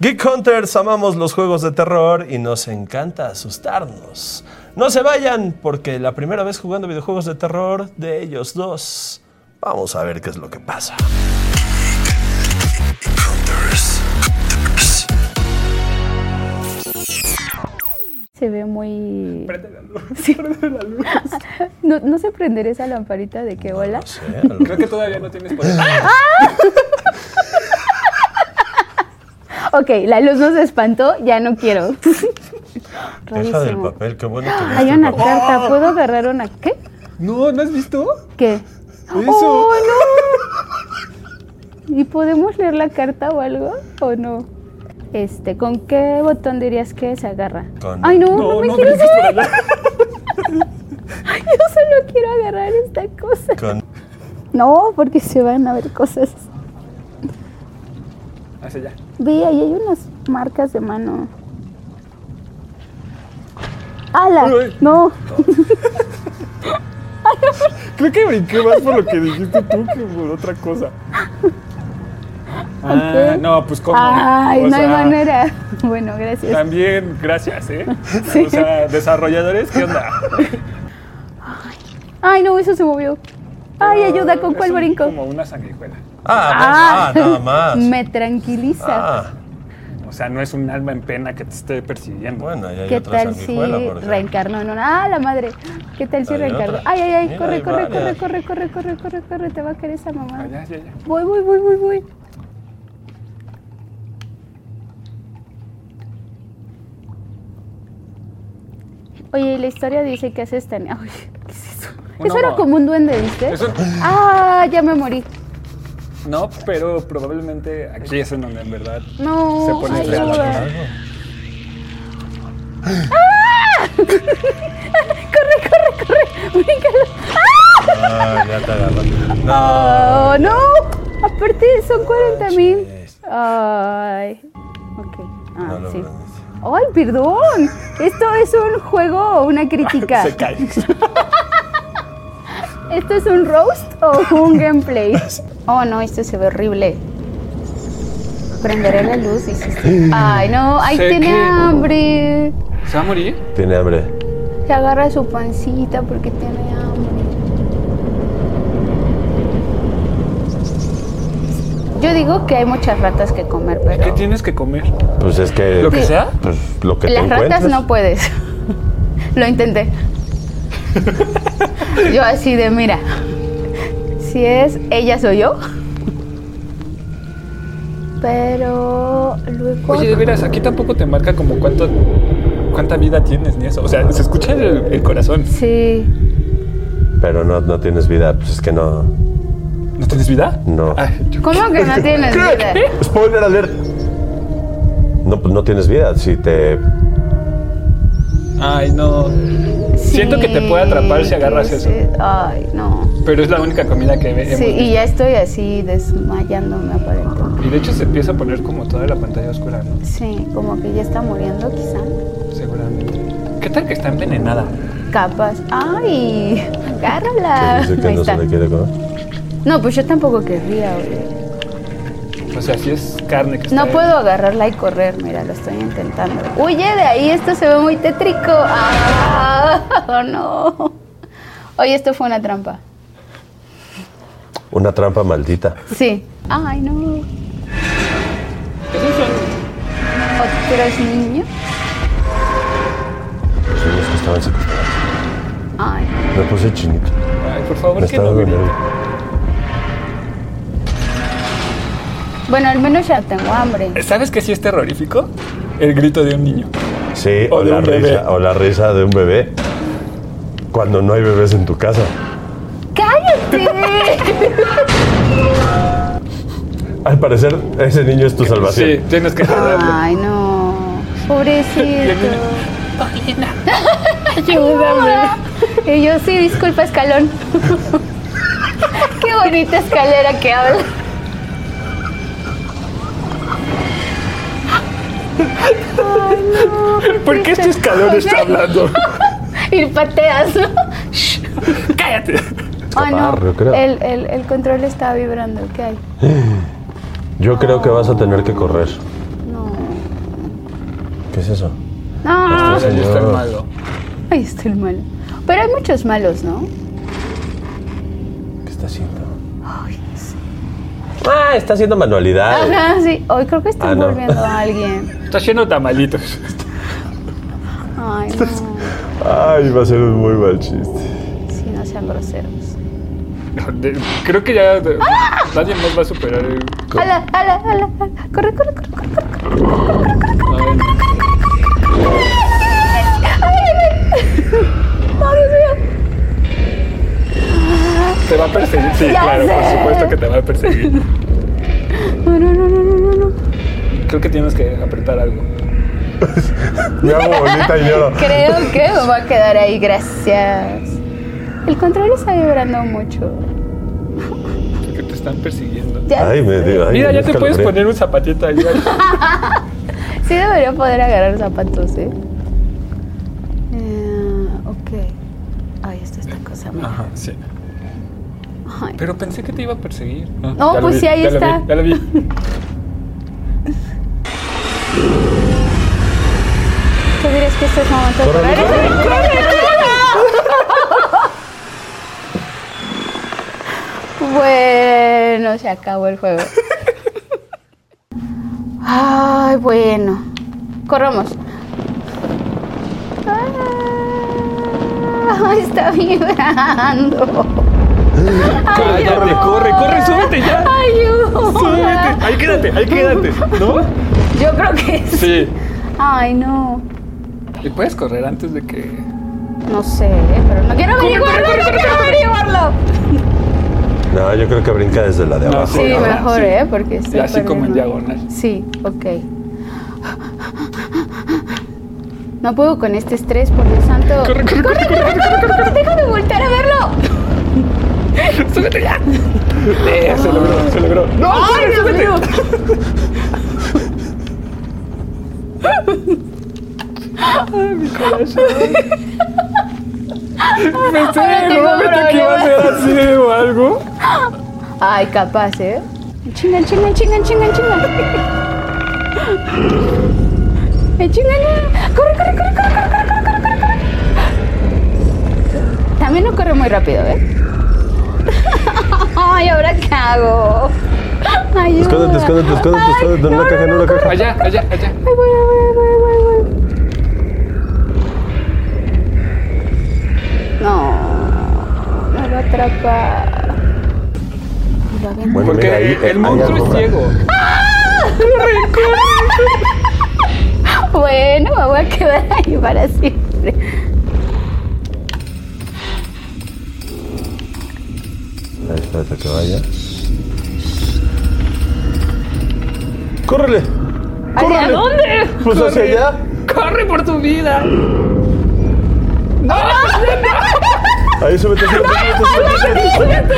Geek Hunters amamos los juegos de terror y nos encanta asustarnos. No se vayan, porque la primera vez jugando videojuegos de terror de ellos dos. Vamos a ver qué es lo que pasa. Se ve muy... Prende la luz. Sí. Prende la luz. No, no sé prender esa lamparita de que hola. No sé, a lo- Creo que todavía no tienes poder. Ok, la luz nos espantó, ya no quiero. Deja del Rarísimo. papel, Oh. qué bueno que no Hay estoy una papel. carta, ¿puedo agarrar una? ¿Qué? No, ¿no has visto? ¿Qué? Eso. ¡Oh, no! ¿Y podemos leer la carta o algo? ¿O no? Este, ¿con qué botón dirías que se agarra? Con- Ay, no, no, me quiero brinques saber. para allá. Yo solo quiero agarrar esta cosa. Con- No, porque se van a ver cosas. Hacia allá. Vi, ahí hay unas marcas de mano. ¡Hala! Uy. No, Creo que brinqué más por lo que dijiste tú que por otra cosa. Ah, Ok. no, pues cómo. ay, O no hay sea, manera. Bueno, gracias. También, gracias, ¿eh? O sea, desarrolladores, ¿qué onda? Ay, no, eso se movió. Ay, ayuda, ¿con Es cuál un- brinco? Como una sanguijuela. Ah, bueno, ah, nada más. Me tranquiliza. Ah, O sea, no es un alma en pena que te esté persiguiendo. bueno, ya hay ¿Qué otra tal si sanguijuela, por ejemplo. reencarnó en una? ¡Ah, la madre! ¿Qué tal si Ahí hay reencarnó? otra. ¡Ay, ay, ay! Mira, corre, hay corre, corre, varias. corre, corre, corre, corre, corre! Te va a caer esa mamá. Allá, allá, allá. Voy, voy, voy, voy, voy. Oye, y la historia dice que haces tan... Ay, ¿qué es eso? Un eso era hongo. como un duende, ¿viste? Eso- ¡Ah, ya me morí! No, pero probablemente aquí es en donde en verdad No, se pone ay, fea la ayuda. cosa. Algo. ¡Corre, corre, corre! ¡Bríncalo! Ah, ya te agarró. No. ¡Oh, no! Aparte, son 40 mil. Ay. Ok. Ah, No lo sí. aprendiste. ¡Ay, perdón! ¿Esto es un juego o una crítica? Se cae. ¿Esto es un roast o un gameplay? Oh, no, esto se ve horrible. Prenderé la luz, dices. Ay, no, ay, Sé tiene que- hambre. ¿Se va a morir? Tiene hambre. Se agarra su pancita porque tiene hambre. Yo digo que hay muchas ratas que comer, pero... ¿Qué tienes que comer? Pues es que. ¿Lo que sea? Pues lo que Las ratas no puedes. Lo intenté. yo así de, mira, si es ella soy yo. Pero luego... Oye, de veras, aquí tampoco te marca como cuánto, cuánta vida tienes ni eso. O sea, se escucha el, el corazón. Sí. Pero no, no tienes vida, pues es que no. ¿No tienes vida? No. Ay, yo- ¿Cómo Ah, que no tienes vida? Spoiler alert. No, pues no tienes vida. Si te. Ay, no. Siento que te puede atrapar si agarras sí, eso. sí. Ay, no. Pero es la única comida que ve. Sí, y ya estoy así desmayándome aparentemente. Y de hecho se empieza a poner como toda la pantalla oscura, ¿no? Sí, como que ya está muriendo quizá. Seguramente. ¿Qué tal que está envenenada? Capaz. ¡Ay! ¡Agárrala! Dice que Ah, Ahí no se está. le quiere comer. No, pues yo tampoco querría, oye. O sea, si es carne que está No puedo agarrarla y correr, mira, lo estoy intentando. Huye de ahí, esto se ve muy tétrico. ¡Ah! ¡Oh, no! Oye, esto fue una trampa. Una trampa maldita. Sí. ¡Ay, no! ¿Es un sueño? ¿Otros niños? Los niños que estaban secuestrados. ¡Ay! Me puse chinito. Ay, por Me favor, que está no dando grite. nervio. Bueno, al menos ya tengo hambre. ¿Sabes que sí es terrorífico? El grito de un niño. Sí, o, O de la un bebé. risa, o la risa de un bebé. Cuando no hay bebés en tu casa. ¡Cállate! Al parecer, ese niño es tu salvación. Sí, Ah. tienes que guardarlo. ¡Ay, no! Pobrecito. Ayúdame. Y yo, sí, disculpa, escalón. Qué bonita escalera que habla. ¿Por qué este escalón Oye. está hablando? Y pateas, ¿no? ¡Cállate! Ah, Chaparro, no. creo. El, el- el control está vibrando. ¿Qué hay? Yo creo que vas a tener que correr. No. ¿Qué es eso? No. O sea, yo estoy Señor. malo. Ahí está el malo. Pero hay muchos malos, ¿no? ¿Qué está haciendo? Ay, no sé. Ah, está haciendo manualidades. Ajá, sí. Hoy creo que estoy Ah, no. volviendo a alguien. Está lleno de tamalitos. Ay, no. Ay, va a ser un muy mal chiste. Sí, no sean groseros. De- Creo que ya de- nadie más va a superar. el- ¡Hala, hala, hala! hala. ¡Corre, corre, corre! corre. Ay, no. ¡No, Dios mío! Te va a perseguir. Sí, Ya claro, por sé. supuesto que te va a perseguir. No, no, no, no, no, no, no. Creo que tienes que apretar algo. Me hago bonita y lloro. Creo que me va a quedar ahí, gracias. El control está vibrando mucho. Porque te están persiguiendo. Ya. Ay, me digo. ay, Mira, me ya te puedes escalofrío. poner un zapatito ahí. Sí debería poder agarrar zapatos, ¿eh? Eh, ok. Ay, esto está cosa mala. Ajá, sí. Ay. Pero pensé que te iba a perseguir. Ah, No, ya lo pues vi, sí, ahí ya lo está. vi, ya lo vi. ¿Tú dirías que este es momento de Corre, correr? corre, ¡Corre, corre, corre! Bueno, se acabó el juego. Ay, bueno. Corramos. Ah, está vibrando. Corre, corre, corre, corre, súbete ya. Ayuda. Súbete. Ahí quédate, ahí quédate. ¿No? Yo creo que sí. Sí. Ay, no. Y puedes correr antes de que. No sé, ¿eh? pero no quiero averiguarlo, no quiero averiguarlo. No, yo creo que brinca desde la de No, abajo. Sí, Ajá, mejor, sí. ¿eh? Porque estoy así como en perdiendo. diagonal. Sí, ok. No puedo con este estrés, por Dios santo. Corre, corre, corre, corre, corre, corre, corre, déjame voltear a verlo. ¡Súbete ya! Eh, se logró, se logró. ¡No! ¡Ay, Dios mío! Pensé Ahora en un tengo momento que iba a ser así o algo. Ay, capaz, ¿eh? Chingan, chingan, chingan, chingan, chingan. Eh, chingan, eh. corre, corre, corre, corre, corre, corre, corre, corre, corre. También no corre muy rápido, ¿eh? Ay, ¿ahora qué hago? Ayuda. Escóndete, escóndete, escóndete, Ay, escóndete en no, una caja, en no, una no, caja. Allá, allá, allá. Ay, voy, voy, voy, voy, voy. No, me va a atrapar. Me va a aventar. Bueno, Porque mira, ahí, eh, el monstruo ahí es algo. ciego. Bueno, me voy a quedar ahí para siempre. Ahí, Espérate que vaya. ¡Córrele! ¿Hacia dónde? Pues hacia allá. ¡Corre por tu vida! Ahí súbete, súbete, súbete, súbete.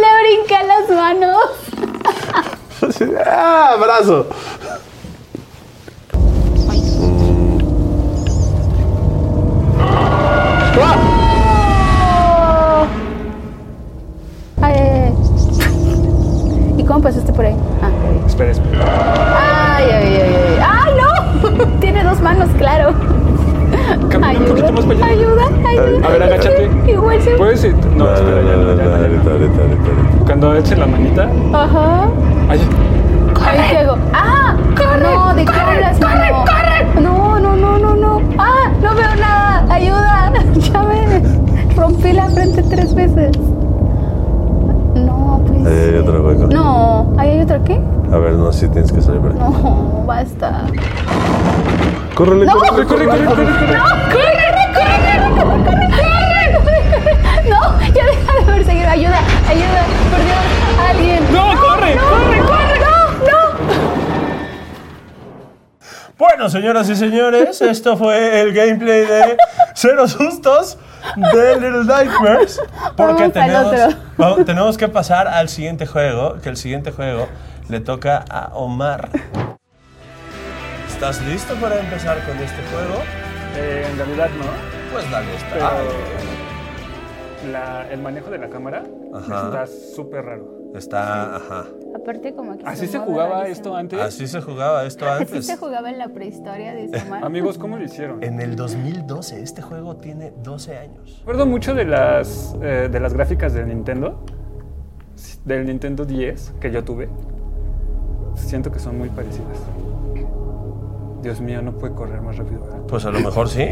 Le brinqué las manos. Así, ¡Ah, abrazo! Ay, ay, ay. Ah. Eh. ¿Y cómo pasaste por ahí? Ah, qué bien. Espera, espera. Ay, ay, ay, ay. ¡Ay, no! Tiene dos manos, claro. Camina un Ayuda, poquito más para allá. ayuda, ayuda. A ver, agáchate. Igual se... ¿Puedes? ir? No, No, espera, no, ya, no, no, no, ya, no, no, ya. ahorita, ahorita, ahorita. Cuando eche la manita. Ajá. Allá. Ahí llego. ¡Ah! ¡Corre! No, de corre, las corre, corre. No, no, no, no, no. ¡Ah! No veo nada. Ayuda. Ya ves. Rompí la frente tres veces. No, pues. Ahí Eh, hay otro hueco. No, ahí hay otro qué? A ver, no, sí tienes que salir por ahí. No, basta. ¡Córrele, No. córrele, Corre, corre, corre, corre. ¡No! ¡Corre, corre, corre, corre, corre, corre, corre, corre! No, ya deja de perseguir. Ayuda, ayuda, por Dios, alguien. ¡No, corre! corre, corre. No, no. Bueno, señoras y señores, esto fue el gameplay de Cero Sustos de Little Nightmares. Porque Vamos al tenemos, otro. vamos- tenemos que pasar al siguiente juego, que el siguiente juego le toca a Omar. ¿Estás listo para empezar con este juego? Eh, en realidad no, Pues dale, está. pero la- el manejo de la cámara Ajá. está súper raro. Ah, Está, ajá. Aparte como que ¿Así se mueve jugaba rarísimo. esto antes? Así se jugaba esto Así antes. Pues se jugaba en la prehistoria, dice Omar. Amigos, ¿cómo lo hicieron? En el 2012, este juego tiene 12 años. Recuerdo mucho de las, eh, de las gráficas del Nintendo, del Nintendo 10 que yo tuve. Siento que son muy parecidas. Dios mío, no puede correr más rápido. ¿verdad? Pues a lo mejor sí.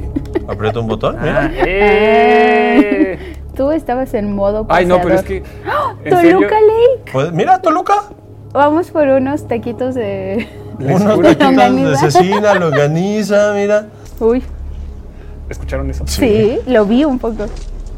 Aprieta un botón, Ah, mira. ¡eh! Tú estabas en modo Ay, no, pero es paseador. ¡Ah! que. ¿en serio? Toluca Lake. Pues mira, Toluca. Vamos por unos taquitos de... Les Unos juro que- No, taquitos de menina. cecina, lo organiza, mira. Uy, ¿Escucharon eso? sí, lo vi un poco.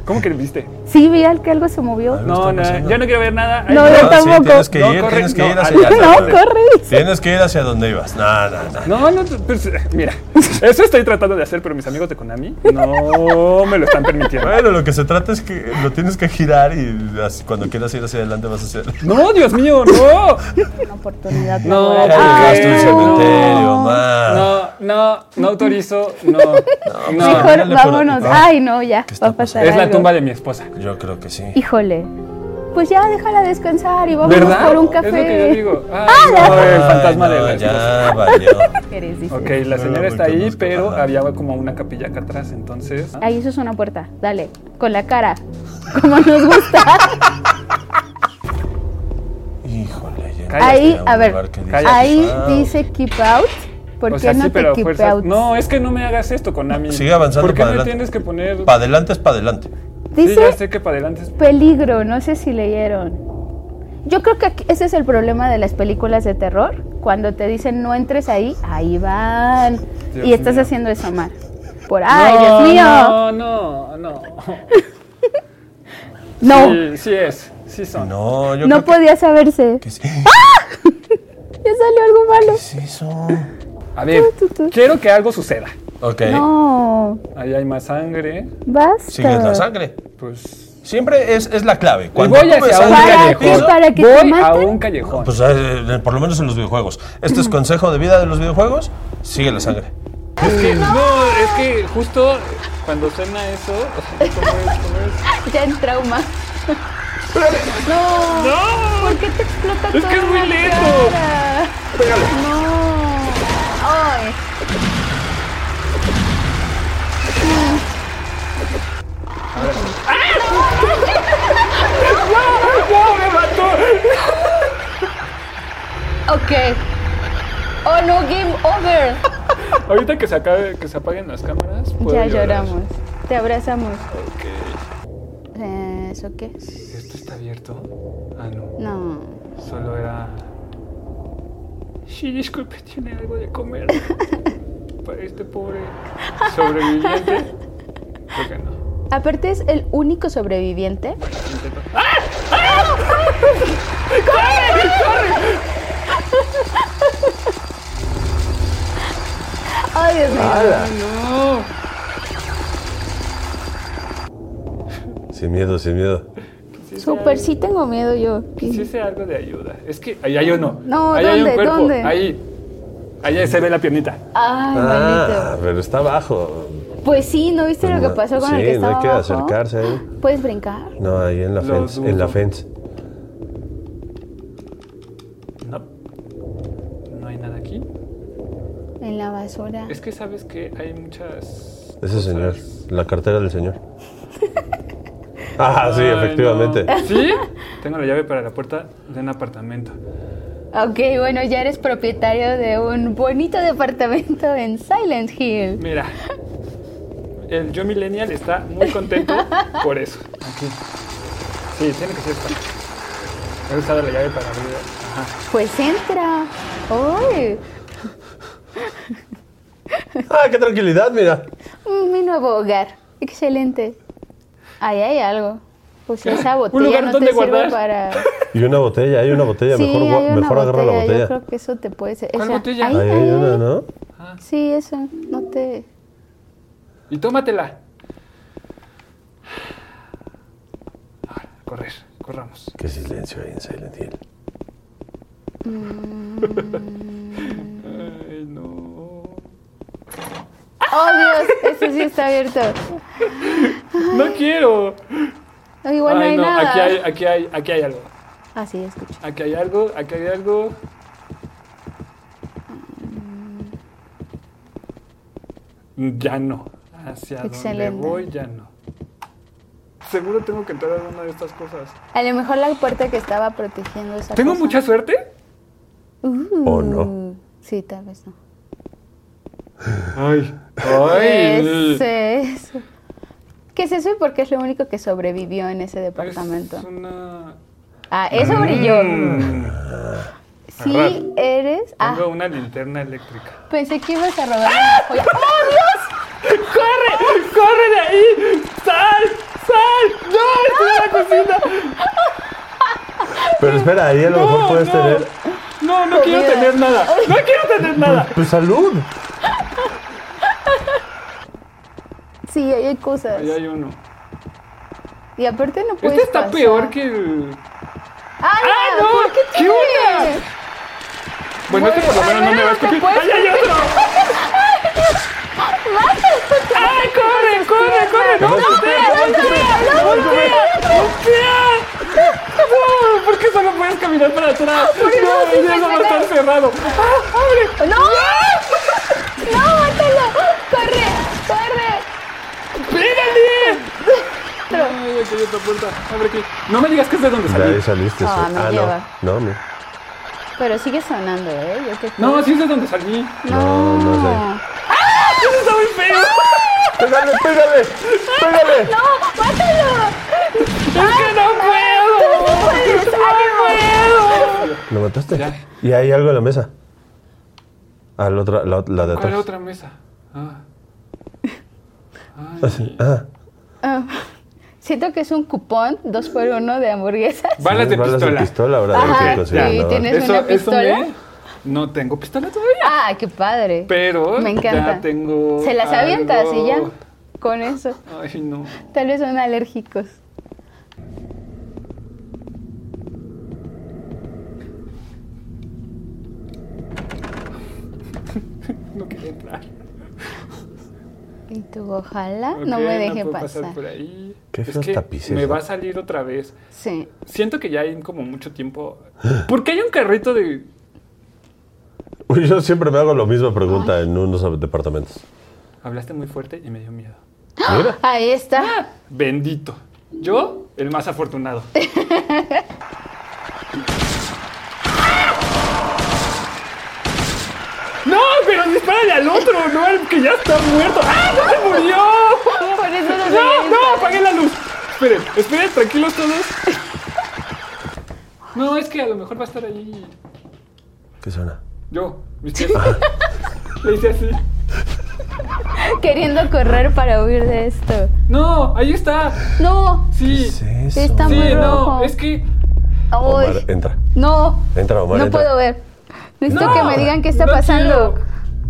¿Cómo que viste? Sí, vi al que algo se movió. Algo No, está no, pasando. yo no quiero ver nada. Ay, No, yo Ah, sí, tampoco. tienes que No, ir, corre, tienes que no, ir al- hacia allá. No, Dale. corre. Tienes que ir hacia donde ibas. No, no, no. No, no, pues mira, eso estoy tratando de hacer, pero mis amigos de Konami no me lo están permitiendo. Bueno, lo que se trata es que lo tienes que girar y as- cuando quieras ir hacia adelante vas a hacer. No, Dios mío, no. Una oportunidad. No, laboral. pero Ay, Llegaste a un cementerio, ma. No, no, no autorizo, no. no. ah, pues, Mejor Ándale, vámonos. por- Ay, no, ya. ¿Qué está Va a pasar. pasando? Es la algo. tumba de mi esposa. Yo creo que sí. Híjole. Pues ya déjala descansar y vamos ¿Verdad? por un Es lo que café. Ah, yo digo. Ay, no, el fantasma Ay, de no, la esposa. Ya valió. Eres, dice. Ok, la No señora lo está ahí, reconozco, pero ajá. había como una capilla acá atrás, entonces. Ahí eso es una puerta. Dale, con la cara. Como nos gusta. Híjole, ya. Cállate, Ahí, llegaste un a ver. lugar que "Ah, dice cállate. Ahí Keep Out. dice keep out. ¿Por O qué sea, no sí, te pero keep fuerzas- out? No, es que no me hagas esto, Konami. pues Sigue avanzando ¿Por qué para me adelante. tienes que poner.? Para adelante es para adelante. Sí, Dice ya sé que para adelante es. peligro, no sé si leyeron. Yo creo que aquí- ese es el problema de las películas de terror. Cuando te dicen no entres ahí, ahí van. Dios y estás mío. haciendo eso mal. Por ay, Dios No, mío. No, no, no. No, no, Sí, sí es. Sí son. No, yo creo podía saberse. que. que sí. Ya salió algo malo. ¿Qué es eso? A ver, Tú, tú, tú. quiero que algo suceda. Ok. No, Ahí hay más sangre. basta. Sigues la sangre. Pues. Siempre es, es la clave. Y Cuando voy tú ves hacia un algo en el Para ti, callejón. piso, para que te voy a maten. un callejón. Pues eh, por lo menos en los videojuegos. Este es consejo de vida de los videojuegos. Sigue la sangre. es que, no, es que justo cuando suena eso. o sea, ¿cómo es? ¿Cómo es? Ya en trauma. No. ¿Por qué te explota que todo es muy en la lento. cara? No. Ay. ¡No, me mató! Ok. Oh no, game over. Ahorita que se, acabe, que se apaguen las cámaras. puedo Ya llorar. lloramos. Te abrazamos. Eh, ¿Eso qué? ¿Esto está abierto? Ah, no. No. Solo era. Sí, disculpe, tiene algo de comer. Para este pobre sobreviviente. Creo que no. Aparte es el único sobreviviente. Intento- Ay, Dios mío. ¡No! Sin miedo, sin miedo. Súper sí tengo miedo yo. Quisiese algo de ayuda. Es que ahí hay uno. No, ahí hay ¿dónde? un cuerpo. ¿Dónde? Ahí. Ahí se ve la piernita. Ah. Ay, Ah, maldito. pero está abajo. Pues sí, ¿no viste lo que pasó con el que estaba abajo? ahí. ¿Puedes brincar? No, ahí en la Lo fence, en la dudo. fence. No. No hay nada aquí. En la basura. Es que sabes que hay muchas. Ese señor, cosas. la cartera del señor. Ah, sí, Ay, no. efectivamente. ¿Sí? Tengo la llave para la puerta de un apartamento. Ok, bueno, ya eres propietario de un bonito departamento en Silent Hill. Mira, el yo millennial está muy contento por eso. Aquí. Sí, tiene que ser esta. He usado la llave para abrir. Ajá. Pues entra. ¡Uy! Ah, qué tranquilidad, mira. mm, Mi nuevo hogar. Excelente. Ahí hay algo. Pues esa botella lugar no donde te sirve guardar. para. Y una botella, hay una botella, sí, mejor, hay gua- una mejor agarra la botella, Yo botella. creo que eso te puede ser. ¿Cuál esa. botella? Ahí, Ahí ahí, hay una, ahí. ¿no? Sí, eso. No te. Y tómatela. Ahora, correr, corramos. Qué silencio hay en Silent Hill. mm. Ay, no. ¡Oh, Dios! Eso sí está abierto. No quiero. No, Igual no Ay, hay no, nada. Aquí hay, aquí hay, aquí hay algo. Ah, sí, escucho. Aquí hay algo, aquí hay algo. Mm, Ya no. Hacia Excelente. donde voy, ya no. Seguro tengo que entrar a alguna de estas cosas. A lo mejor la puerta que estaba protegiendo esa ¿Tengo cosa. mucha suerte? Uh, ¿O no? Sí, tal vez no. Ay. Ay. Es eso. ¿Qué es eso y por qué es lo único que sobrevivió en ese departamento? Es una... Ah, eso brilló. Mm, Sí, eres. Ah, Tengo una linterna eléctrica. pensé que ibas a robar una joya. ¡Oh, Dios! ¡Corre! ¡Corre de ahí! ¡Sal! ¡Sal! ¡No! ¡Estoy en la cocina! Pero espera, ahí a lo mejor puedes tener. No, no quiero Comida. tener nada. No quiero tener nada. Pues salud. Sí, ahí hay cosas. Ahí hay uno. Y aparte no puedes este está pasar. peor que el. ¡Ah, ¡Ah, no! ¿Por qué ¡Qué tiene? onda! Bueno, este por lo Bueno, menos no al me va a menos te escupir. puedes ¡Ay, hay otro! ¡Ay, corre, corre, corre! ¡No, no, no! ¡No, no, no! ¡No, ¿Por qué solo puedes caminar para atrás? no, No, sí, ya sí, no va a sí, estar sí. cerrado. ¡Ah, abre! ¡No! ¡No, mátalo! ¡Corre! ¡Corre! ¡Pégale! Otro. Ay, aquí hay otra puerta. Abre aquí. No me digas que es de donde De ahí salí. saliste. Ah, sí. me lleva. no. No, no. Pero sigue sonando, ¿eh? Yo te No, sí es de donde salí. No, no es de ahí. ¡Eso está muy feo! ¡Pégale, pégale! ¡Pégale! ¡No! ¡Mátalo! ¡Es que no puedo! ¡No puedes! ¡Ánimo! ¿Lo mataste? Ya. Y hay algo en la mesa. Ah, la otra, la, la de atrás. ¿Cuál otra mesa? Ah. Ay, Ah, Ah, Siento que es un cupón 2 por 1 de hamburguesas. Balas de balas pistola. de pistola ahora. Ajá, de que se sí, cocinan, ¿no? tienes- ¿Es una pistola? me- No tengo pistola todavía. ¡Ah, qué padre! Pero Me encanta. ya tengo. Se las avientas algo. y ya. Con eso. Ay, no. Tal vez son alérgicos. No quería entrar. Y tú, ojalá no Ok, me deje puedo pasar. por ahí. Qué es feos que tapices, ¿eh? Me ¿no? va a salir otra vez. Sí. Siento que ya hay como mucho tiempo. ¿Por qué hay un carrito de.? Uy, Yo siempre me hago la misma pregunta en unos departamentos. Hablaste muy fuerte y me dio miedo. ¡Ah! Mira, Ahí está. Bendito. Yo, el más afortunado. ¡No! ¡Pero dispárale al otro! ¡No al que ya está muerto! ¡Ah! ¡No se murió! Por eso no se Ah, ¡No! avienta. ¡No! ¡Apagué la luz! Esperen, esperen, tranquilos todos. No, es que a lo mejor va a estar ahí. ¿qué suena? Yo, mis pies. Le hice así. Queriendo correr para huir de esto. ¡No! ¡Ahí está! ¡No! Sí. ¿Qué Sí, es eso? Está muy rojo. no. Es que. ¡Ay! Omar, entra. ¡No! Entra, Omar. No entra. puedo ver. Necesito No, que me digan qué está no pasando.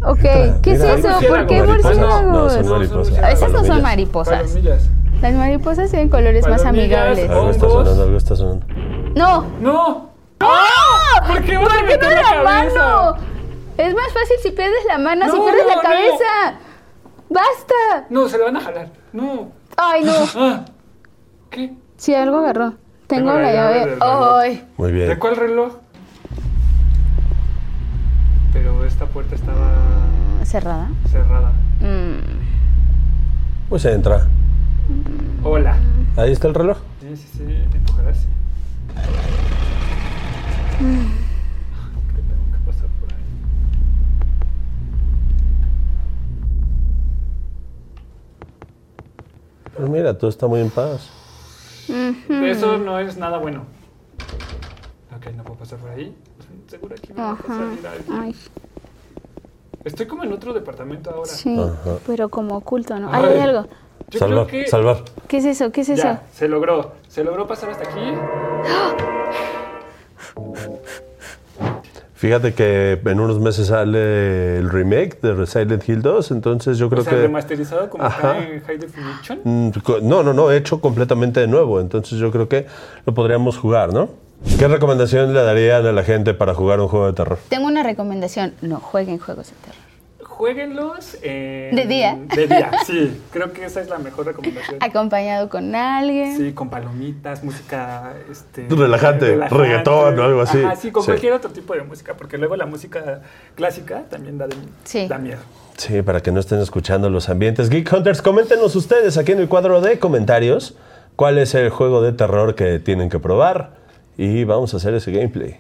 Ok, ¿qué Mira, hay es eso? ¿Por murciélagos. qué Mariposas. No, murciélagos? son mariposas. Ah, Esas no son Palomillas. mariposas. Palomillas. Las mariposas tienen colores más Palomillas. amigables. Algo está Hongos. sonando, algo está sonando. ¡No! ¡No! ¡Ah! ¿Por qué vas a meter no la cabeza? mano? Es más fácil si pierdes la mano, si No, pierdes no, la no. cabeza. ¡Basta! No, se lo van a jalar. No. ¡Ay, no! Ah. ¿Qué? Sí, algo agarró. Tengo Tengo la la llave llave. del reloj. ¡Ay! Muy ¿De bien. cuál reloj? Pero esta puerta estaba ¿Cerrada? cerrada. Mm, Pues entra. Hola. Ahí está el reloj. Sí, sí, sí. Empujarás. sí. Mm. Creo que tengo que pasar por ahí. Pues mira, todo está muy en paz. Mm. Eso no es nada bueno. Ok, no puedo pasar por ahí. Seguro aquí me va a Ajá. salir algo. Ay, Estoy como en otro departamento ahora. sí. Ajá. Pero como oculto, ¿no? Ahí hay Ay. algo. Yo salvar, creo que salvar. ¿Qué es eso? ¿Qué es eso? Ya, se logró. Se logró pasar hasta aquí. Fíjate que en unos meses sale el remake de Silent Hill 2, entonces yo creo o sea, que... remasterizado como acá Ajá. en High Definition. Mm, co- No, no, no, hecho completamente de nuevo. Entonces yo creo que lo podríamos jugar, ¿no? ¿Qué recomendación le darían a la gente para jugar un juego de terror? Tengo una recomendación. No jueguen juegos de terror. Jueguenlos en- De día. De día, sí. Creo que esa es la mejor recomendación. Acompañado con alguien. Sí, con palomitas, música este, Pues Relajante, reggaetón o algo así. Ajá, sí, con Sí. cualquier otro tipo de música, porque luego la música clásica también da, de- Sí. da miedo. Sí, para que no estén escuchando los ambientes. Geek Hunters, coméntenos ustedes aquí en el cuadro de comentarios cuál es el juego de terror que tienen que probar y vamos a hacer ese gameplay.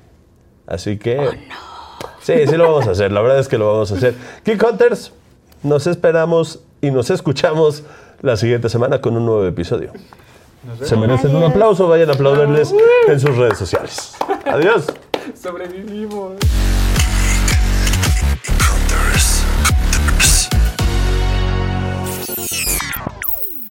Así que... Sí, sí lo vamos a hacer, la verdad es que lo vamos a hacer. Geek Hunters, nos esperamos y nos escuchamos la siguiente semana con un nuevo episodio. Se merecen un Adiós. aplauso, vayan a aplaudirles en sus redes sociales. Adiós. Sobrevivimos.